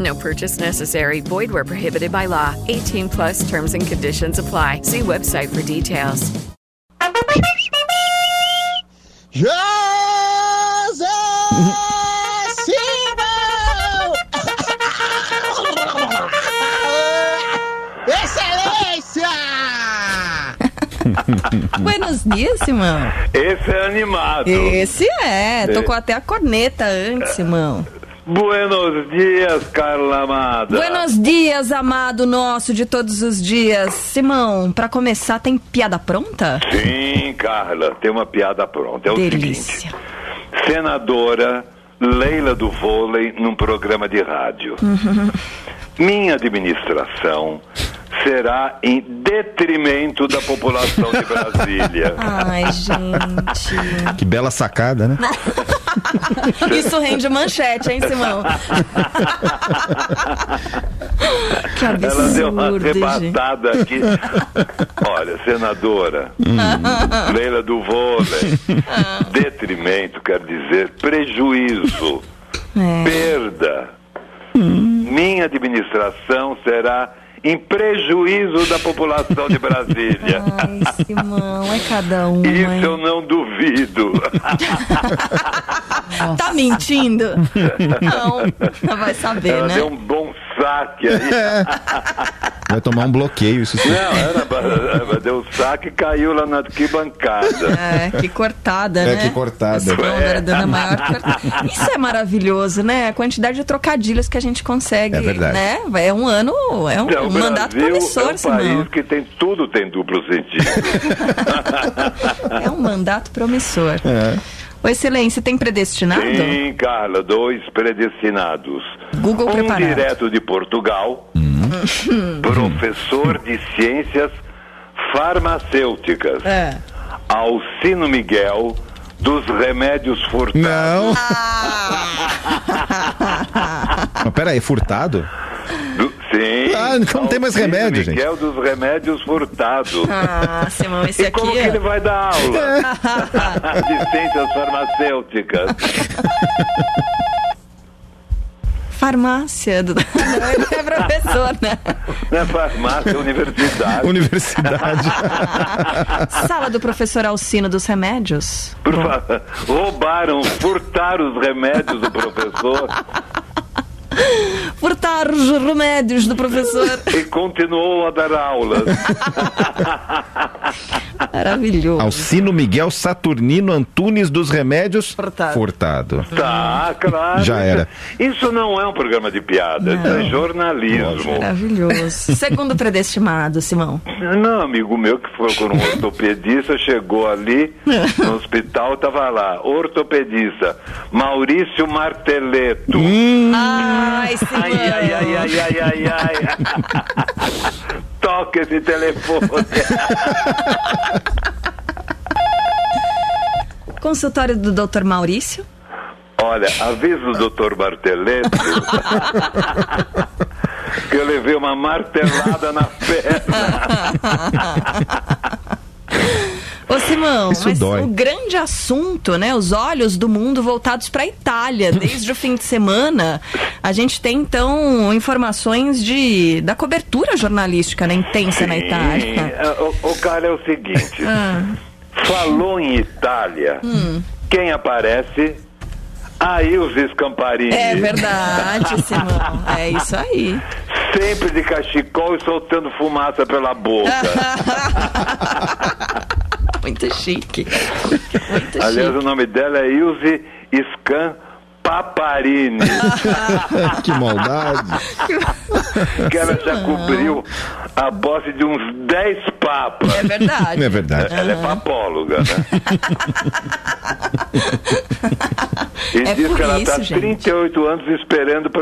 No purchase necessary. Void where prohibited by law. 18 plus terms and conditions apply. See website for details. José Simão! Excelência! Buenos dias, Simão. Esse é animado. Esse é. Tocou até a corneta antes, Simão. Buenos dias, Carla Amada. Buenos dias, amado nosso de todos os dias. Simão, pra começar, tem piada pronta? Sim, Carla, tem uma piada pronta. É o Delícia. seguinte: senadora Leila do Vôlei num programa de rádio. Uhum. Minha administração será em detrimento da população de Brasília. Ai, gente. Que bela sacada, né? Isso rende manchete, hein, Simão? que absurdo, Ela deu uma gente. arrebatada aqui. Olha, senadora, Hum. Leila do vôlei, detrimento quer dizer prejuízo, É. perda. Hum. Minha administração será em prejuízo da população de Brasília. Ai, Simão, é cada um, Isso eu hein? não duvido. Tá mentindo? Não, vai saber, Ela né? deu um bom saque aí. Vai tomar um bloqueio, isso sim. Não, ela, ela deu um saque e caiu lá na arquibancada. É, que cortada, É, né? que cortada. Esse nome era É. dando maior cortada. Isso é maravilhoso, né? A quantidade de trocadilhos que a gente consegue, É verdade. né? É um ano, é um Então, o mandato Brasil é promissor, um país Simão. que tem tudo tem duplo sentido. É um mandato promissor. É. Ô, excelência, tem predestinado? Sim, Carla, dois predestinados. Google um preparado. direto de Portugal, professor de ciências farmacêuticas, É. Alcino Miguel dos remédios furtados. Não. Mas pera aí, furtado? Do- Sim. Ah, não tem mais Alcino remédio, gente. Miguel dos remédios furtados. Ah, Simão, esse E como aqui. que ele vai dar aula? ó. de ciências farmacêuticas. Farmácia. Do... Não, ele é professor, né? Não é farmácia, é universidade. Universidade. Sala do professor Alcino dos Remédios. Por fa- Roubaram, furtaram os remédios do professor Furtar os remédios do professor. e continuou a dar aulas. Maravilhoso. Alcino Miguel Saturnino Antunes dos Remédios. Furtado. Furtado. Tá, claro. Já era. Isso não é um programa de piada, isso é jornalismo. Maravilhoso. Segundo predestinado, Simão. Não, amigo meu que foi com um ortopedista, chegou ali no hospital, tava lá, ortopedista, Maurício Marteleto. Hum, Ai, Simão. Ai, ai, ai, ai, ai, ai, ai. Toca esse telefone. Consultório do Dr. Maurício. Olha, avisa o doutor Marteleto que eu levei uma martelada na perna. Ah, Ô, Simão, Isso mas dói. o grande assunto, né? Os olhos do mundo voltados para a Itália. Desde o fim de semana, a gente tem, então, informações de da cobertura jornalística né, intensa na Itália. O, cara é o seguinte: Ah. Hum. falou em Itália, quem aparece? Aí os Scamparini. É verdade, Simão. É isso aí. Ah, Sempre de cachecol e soltando fumaça pela boca. muito chique. Muito Aliás, chique. o nome dela é Ilse Scan Paparini, que maldade. que ela já cobriu a posse de uns 10 papas. É verdade. É verdade. Ela é papóloga, né? e É diz por que ela isso, está gente. tá 38 anos esperando para